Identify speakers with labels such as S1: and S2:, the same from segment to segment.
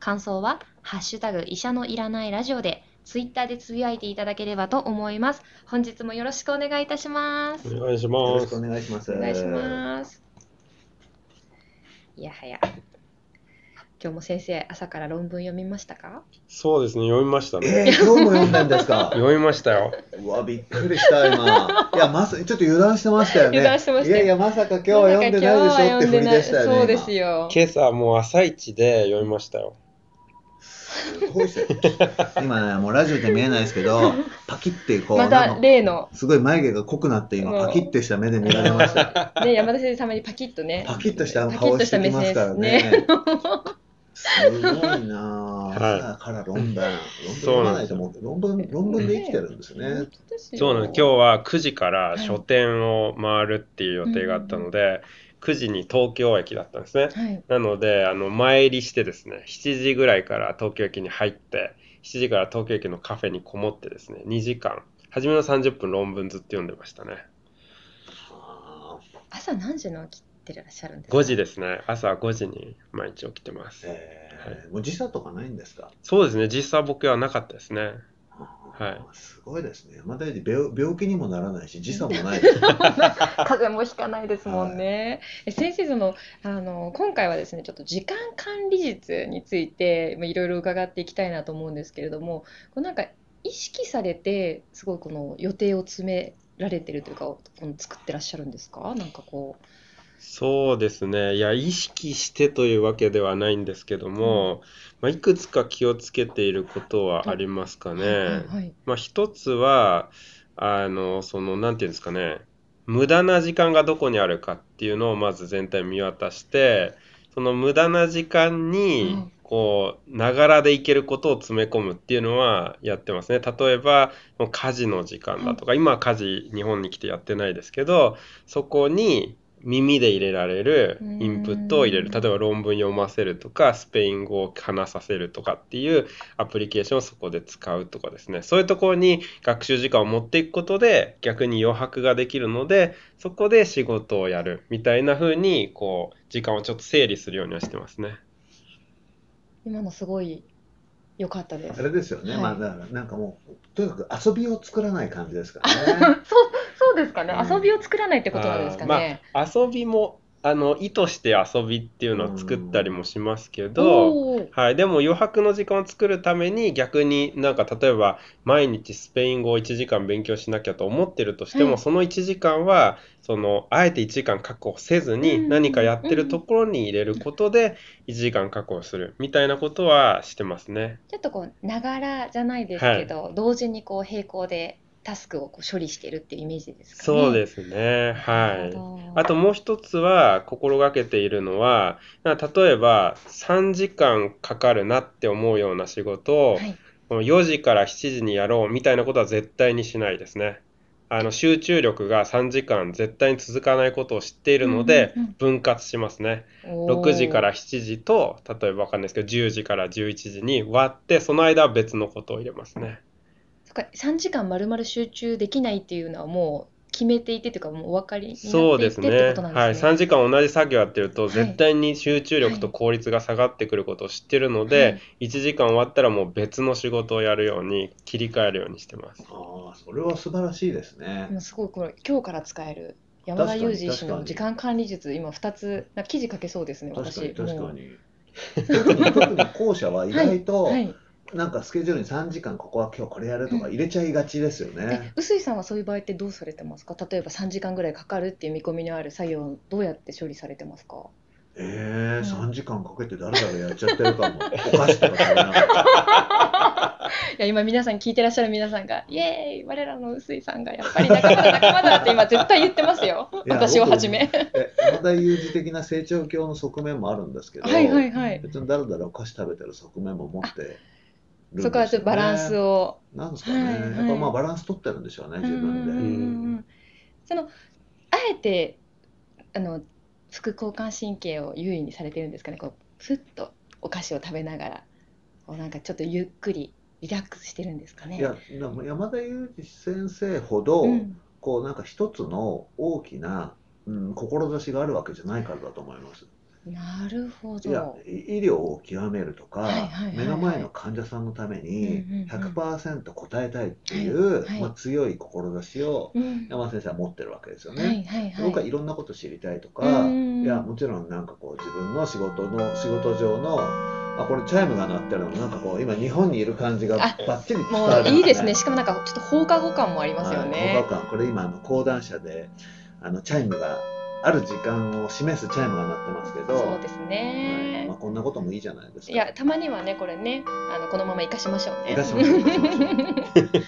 S1: 感想はハッシュタグ医者のいらないラジオでツイッターでつぶやいていただければと思います本日もよろしくお願いいたします
S2: お願いし
S3: よ
S2: ま
S3: ろしくお
S2: す
S3: 願いします。
S1: お願いします。いやはや。今日も先生、朝から論文読みましたか
S2: そうですね読みましたね
S3: えー、今日も読んだんですか。
S2: 読みましたよ
S3: うわ、びっくりした、今。いや、まさ、ちょっと油断してましたよね。
S1: 油断してましたよ
S3: いやいや、まさか今日は読んでないでしょって振りでしたよね。
S1: そうですよ。
S2: 今朝もう朝一で読みましたよ
S3: 今。こうして今ね、もうラジオで見えないですけど、パキってこう、
S1: ま
S3: な
S1: た
S3: んか
S1: 例の、
S3: すごい眉毛が濃くなって、今、
S1: もう
S3: パキってした目で見られました。
S1: ね、山田先生様にパキッとね。
S3: パキッとしたあの
S1: パキッ
S3: 顔
S1: と
S3: し
S1: した
S3: て
S1: 目
S3: き
S1: 線
S3: ますから
S1: ね。
S3: ね。すごいなぁ。
S2: はい
S3: 朝から論文。論文
S2: そう
S3: 読
S2: な
S3: ま
S2: ん
S3: な
S2: で
S3: い
S2: す
S3: と
S2: よ
S3: もう論文、論文で生きてるんですね。
S1: 本当ですよ
S2: そうなんです今日は9時から書店を回るっていう予定があったので、9時に東京駅だったんですね
S1: はい。
S2: なのであの前入りしてですね7時ぐらいから東京駅に入って7時から東京駅のカフェにこもってですね2時間初めの30分論文ずっと読んでましたね
S3: あー
S1: 朝何時の起きてらっしゃるんですか
S2: 5時ですね朝5時に毎日起きてます
S3: えーもう時差とかないんですか
S2: そうですね実際僕はなかったですねい
S3: すごいですね。また病病気にもならないし、時差も ないです。
S1: 風邪もひかないですもんね。え先生そのあの今回はですねちょっと時間管理術についてまあいろいろ伺っていきたいなと思うんですけれども、こうなんか意識されてすごいこの予定を詰められてるというかこの作ってらっしゃるんですか？なんかこ
S2: そうですね。いや、意識してというわけではないんですけども、まあ、いくつか気をつけていることはありますか
S1: う。
S2: ね。
S1: はいはい
S2: まあ、一つは、あの、その、なんていうんですかね、無駄な時間がどこにあるかっていうのをまず全体見渡して、その無駄な時間
S1: う
S2: に
S1: ん、
S2: こう、ながらでいけることを詰め込むっていうのはやってますね。例えば、もう家事の時間だとか、今は家事、日本に来てやってないですけど、そこに耳で入れられるインプットを入れる。
S1: うん
S2: 例えば論文読ませるとか、スペイン語を話させるとかっていうアプリケーションをそこで使うとかですね。そういうところに学習時間を持っていくことで逆に余白ができるので、そこで仕事をやるみたいな風に、こう、時間をちょっと整理するようにはしてますね。
S1: 今のすごい良かったで
S3: あ
S1: す。
S3: れですよね。
S1: はい
S3: まあ、だからなんかもう、とにかく遊びを作らない感じですから ね。
S1: そうそうですかね。
S3: うん
S1: 遊びを作らないってことなんですかね。
S2: 遊びも、あの、意図して遊びっていうのを作ったりもしますけど、
S1: おー
S2: はい、でも余白の時間を作るために逆になんか例えば毎日スペイン語を1時間勉強しなきゃと思ってるとして
S1: は
S2: も
S1: い
S2: その1時間はそのあえて1時間確保せず
S1: う
S2: に
S1: ん
S2: 何かやってるところに入れることで1時間確保するみたいなことはしてますね。
S1: ちょっとこう、ながらじゃないですけど、同時にこう並行でタスクをこう処理してるっていうイメージですかね。
S2: そうですね。は
S1: なる
S2: い。
S1: ほど
S2: あともう一つは心がけているのは、な例えば3時間かかるなって思うような仕事を
S1: はい
S2: この4時から7時にやろうみたいなことは絶対にしないですね。あの集中力が3時間絶対に続かないことを知っているので
S1: うんうんうん
S2: 分割しますね。
S1: おー
S2: 6時から7時と、例えばわかんないですけど、10時から11時に割って、その間は別のことを入れますね。
S1: そっか3時間まるまる集中できないっていうのはもう決めていてというかもうお分かりにな
S2: そう
S1: ってい
S2: で
S1: てっ
S2: す
S1: て
S2: ね。
S1: ことなん
S2: はい。
S1: ですね。
S2: 3時間同じ作業やってると、
S1: はい
S2: 絶対に集中力と効率が下がってくることを知ってるので、1時間終わったらもう別の仕事をやるように、切り替えるようにしてます。
S3: ああ、それは素晴らしいですね
S1: で。もすごいこれ今日から使える山田裕二医師の
S3: 確かに確かに
S1: 時間管理術今2つなんか記事書けそうですね
S3: 確か
S1: 私
S3: に、確
S1: もう
S3: かに。特 に、特に後者は意外と
S1: は、い
S3: なんかスケジュールに3時間、ここは今日これやるとか入れちゃいがちですよ
S1: え
S3: ね。
S1: 臼井さんはそういう場合ってどうされてますか例えば3時間ぐらいかかるっていう見込みのある作業をどうやって処理されてますか
S3: ええ、
S1: うん
S3: 3時間かけて誰々やっちゃってるかも。お菓子とか食べながら。
S1: いや今皆さん聞いてらっしゃる皆さんが「イエーイ我らの臼井さんがやっぱり仲間だ仲間だ」って今絶対言ってます よ
S3: いや
S1: 私をはじめ
S3: え山田裕二的な成長 教の側面もあるんですけど、
S1: はいはいはい
S3: 別にだらだらお菓子食べてる側面も持ってるんですよね
S1: そこはちょっとバランス。を。
S3: なんですかね。
S1: はいはい
S3: やっぱまあバランス取ってるんでしょうね、自
S1: うんうん
S3: 分で。
S1: うんうんそのあえてあの副交感神経を優位にされてるんですかねこうふっとお菓子を食べながらこうなんかちょっとゆっくりリラックスしてるんですかね。
S3: いや、でも山田裕二先生ほど、
S1: うん
S3: こうなんか一つの大きな、うん、志があるわけじゃないからだと思います。
S1: なるほ
S3: いや
S1: ど。
S3: い医療を極めるとか、
S1: はいはいはいはい
S3: 目の前の患者さんのために
S1: うんうんうん
S3: 100%答えたいってい
S1: は
S3: う、
S1: いはい
S3: まあ、強い志を
S1: うん
S3: 山田先生は持ってるわけですよね。
S1: はいはいはい。
S3: 僕はいろんなこと知りたいとか、
S1: うん
S3: いやもちろんなんかこう自分の仕事の仕事上のあこれチャイムが鳴ってるのなんかこう今日本にいる感じが
S1: あ
S3: バッチリ伝
S1: も
S3: わる、
S1: ういいですね。しかもなんかちょっと放課後感もありますよ
S3: はい
S1: ね
S3: 放。課後感これ今あの講談社であのチャイムがある時間を示すチャイムが鳴ってますけど、
S1: そうです
S3: はい
S1: ね
S3: まあ、。こんなこともいいじゃないですか。
S1: いやたまにはねこれねあのこのまま生かしましょうね。
S3: 生かしましょう生かしま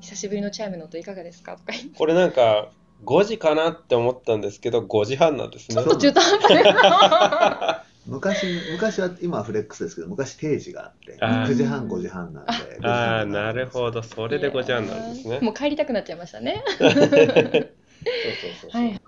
S1: 久しぶりのチャイムの音いかがですかとか言って
S2: これなんか5時かなって思ったんですけど5時半なんです
S1: ちょ
S2: ね
S1: っ。と中途半端な
S3: 昔昔は今はフレックスですけど昔定時があって
S2: あー
S3: 9時半5時半なんで5時半
S2: ああ、なるほど。そ
S1: こ
S2: れで5時半なんですね。
S1: もう帰りたくなっちゃいましたね。
S3: そうそうそうそう、
S1: はい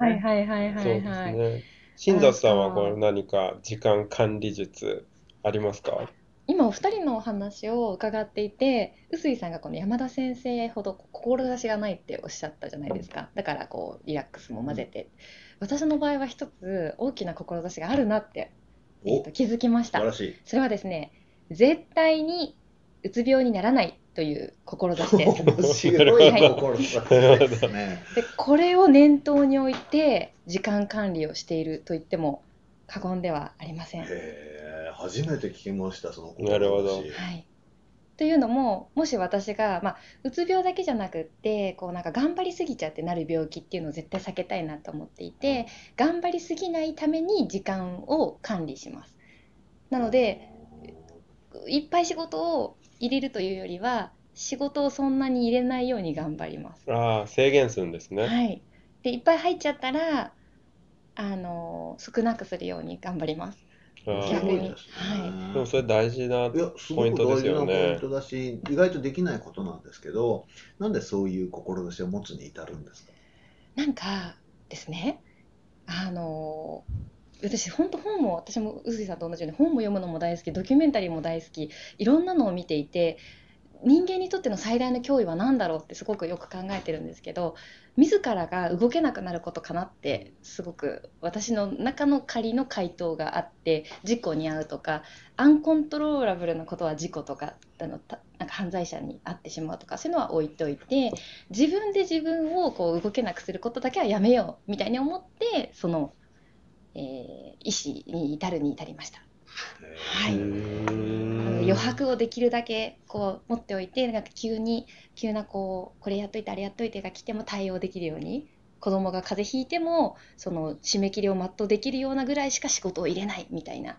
S1: はいはいは
S2: そう
S1: いは
S2: で
S1: い
S2: す
S1: はい。
S2: ね。新座さんはこれ何か時間管理術ありますか
S1: 今お二人のお話を伺っていて臼井さんがこの山田先生ほど志がないっておっしゃったじゃないですかだからこうリラックスも混ぜて、私の場合は一つ大きな志があるなって、えー
S3: お
S1: と
S3: 素
S1: 気づきました
S3: 晴らしい
S1: それはですね絶対にうつ病にならないという志 です
S3: 面白い心ですね。
S1: でこれを念頭に置いて時間管理をしていると言っても過言ではありません
S3: へえ、初めて聞きました、その
S2: なるほど
S1: はい、というのももし私が、まあ、うつ病だけじゃなくってこうなんか頑張りすぎちゃってなる病気っていうのを絶対避けたいなと思っていて頑張りすぎないために時間を管理します。なのでいっぱい仕事を入れるというよりは仕事をそんなに入れないように頑張ります。
S2: ああ、制限するんですね。
S1: はい、でいっぱい入っちゃったらあの少なくするように頑張ります。
S2: ああ
S1: 逆
S3: すごい
S1: に
S3: です
S2: でも
S3: ね。
S2: それ大事ない
S3: や、すご
S2: ポイ
S3: く
S2: ントで
S3: 大
S2: す
S3: 事な
S2: よ
S3: ポイン
S2: ね。
S3: トだし、意外とできないことなんですけど、なんでそういう志を持つに至るんですか。
S1: なんかですね、あの私本当本も私も臼井さんと同じように本も読むのも大好きドキュメンタリーも大好きいろんなのを見ていて人間にとっての最大の脅威は何だろうってすごくよく考えてるんですけど自らが動けなくなることかなってすごく私の中の仮の回答があって事故に遭うとかアンコントローラブルなことは事故とかあのたなんか犯罪者に遭ってしまうとかそういうのは置いといて自分で自分をこう動けなくすることだけはやめようみたいに思ってその、えー意思に至るに至りました。はいう
S2: ー
S1: あの
S2: ん
S1: 余白をできるだけこう持っておいてなんか急に急なこうこれやっといてあれやっといてが来ても対応できるように子供が風邪ひいてもその締め切りを全うできるようなぐらいしか仕事を入れないみたいな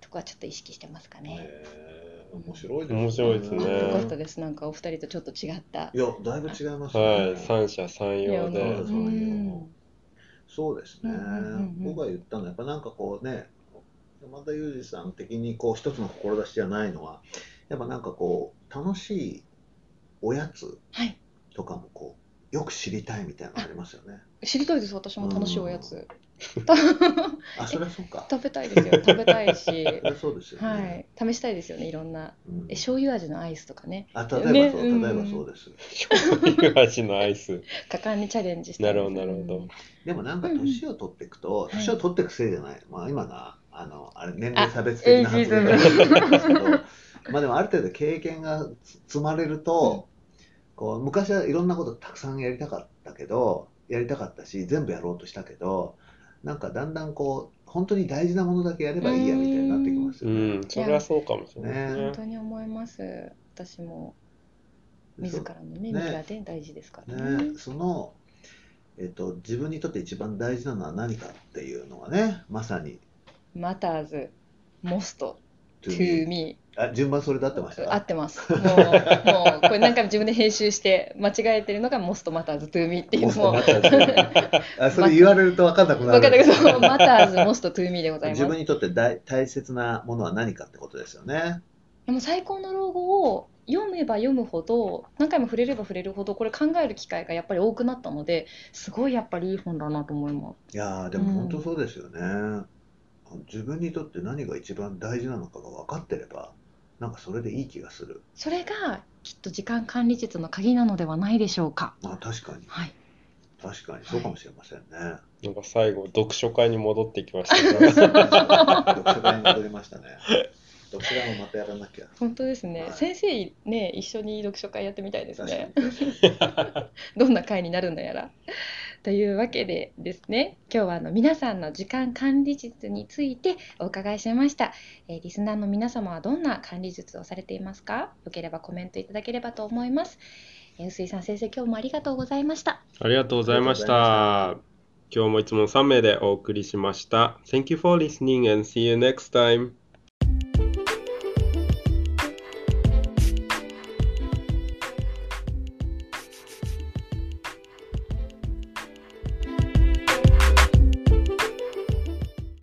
S1: とこはちょっと意識してますかね。
S3: へー面白いですね。
S2: 面白いですね
S1: あよかった
S2: ね
S1: ですなんかお二人とちょっと違った。
S3: いや、だいぶ違います
S2: はい、
S3: ね。
S2: 三者三様
S1: いや
S2: で
S1: もう。
S3: そういう
S1: うん
S3: そうです
S1: う
S3: ね
S1: んうんうん。うん
S3: 僕が言ったのは、やっぱなんかこうね、山田裕二さん的にこう一つの志じゃないのは、やっぱなんかこう楽しいおやつ。
S1: はい
S3: とかもこうよく知りたいみたいなのありますよね。
S1: 知りたいです私も楽しいおやつ、
S3: あ、そりゃそうか。
S1: 食べたいですよ食べたい し
S3: そりゃそうですよね。
S1: はい試したいですよねいろんな
S3: うん
S1: え醤油味のアイスとかね
S3: あ、例えばそう、
S1: ね
S3: 例えばそうです。
S2: 醤油味のアイス。
S1: 果敢にチャレンジして
S2: なるほど、なるほど。
S3: でもなんか年を取っていくと、
S1: うん
S3: 年を取っていくせいじゃない。まあ今のはあのあれ年齢差別的な発言だと思うんですけど、 まあでもある程度経験がつ積まれると、こう昔はいろんなことたくさんやりたかったけど、やりたかったし全部やろうとしたけど、なんかだんだんこう本当に大事なものだけやればいいやみたいになってきます
S2: う
S3: よね。
S2: ん、それはそうかもしれないです
S3: ね
S2: ね
S1: 本。当に思います私も自らのね身
S3: ね
S1: がね大事ですからね
S3: ね、その、えっと、自分にとって一番大事なのは何かっていうのがね、まさに、
S1: マターズモストト
S3: to me
S1: ゥーミ
S3: あ順番それで合ってまし
S1: ー合
S3: た
S1: ってますもうもうこれ何回も自分で編集して間違えてるのがモストマターズトゥーミーっていうのも
S3: もうあそれ言われると分かんなくな
S1: 分かったけ
S3: る。
S1: どマターズモストトゥーミーでございます
S3: 自分にとって大大切なものは何かってことですよね。
S1: でも最高の老後を読めば読むほど何回も触れれば触れるほどこれ考える機会がやっぱり多くなったのですごいやっぱりいい本だなと思います。
S3: いやーでも本当そうですよね、自分にとって何が一番大事なのかが分かってればなんかそれでいい気がする
S1: それがきっと時間管理術の鍵なのではないでしょうか。
S3: まあ確かに
S1: はい、
S3: 確かにそうかもしれませんね、
S2: なんか最後、読書会に戻ってきましたが
S3: 読書会に戻りましたね読書会もまたやらなきゃ
S1: 本当ですね。
S3: はい
S1: 先生ね一緒に読書会やってみたいです
S3: 確
S1: ね。
S3: か に
S1: どんな回になるのやら。というわけでですね、今日はあの皆さんの時間管理術についてお伺いしました、えーリスナーの皆様はどんな管理術をされていますかよければコメントいただければと思います。えー、薄井さん先生、今日もありがとうございました。
S2: ありがとうございまし
S3: あ
S2: た。今日もいつも3名でお送りしました。Thank you for listening and see you next time.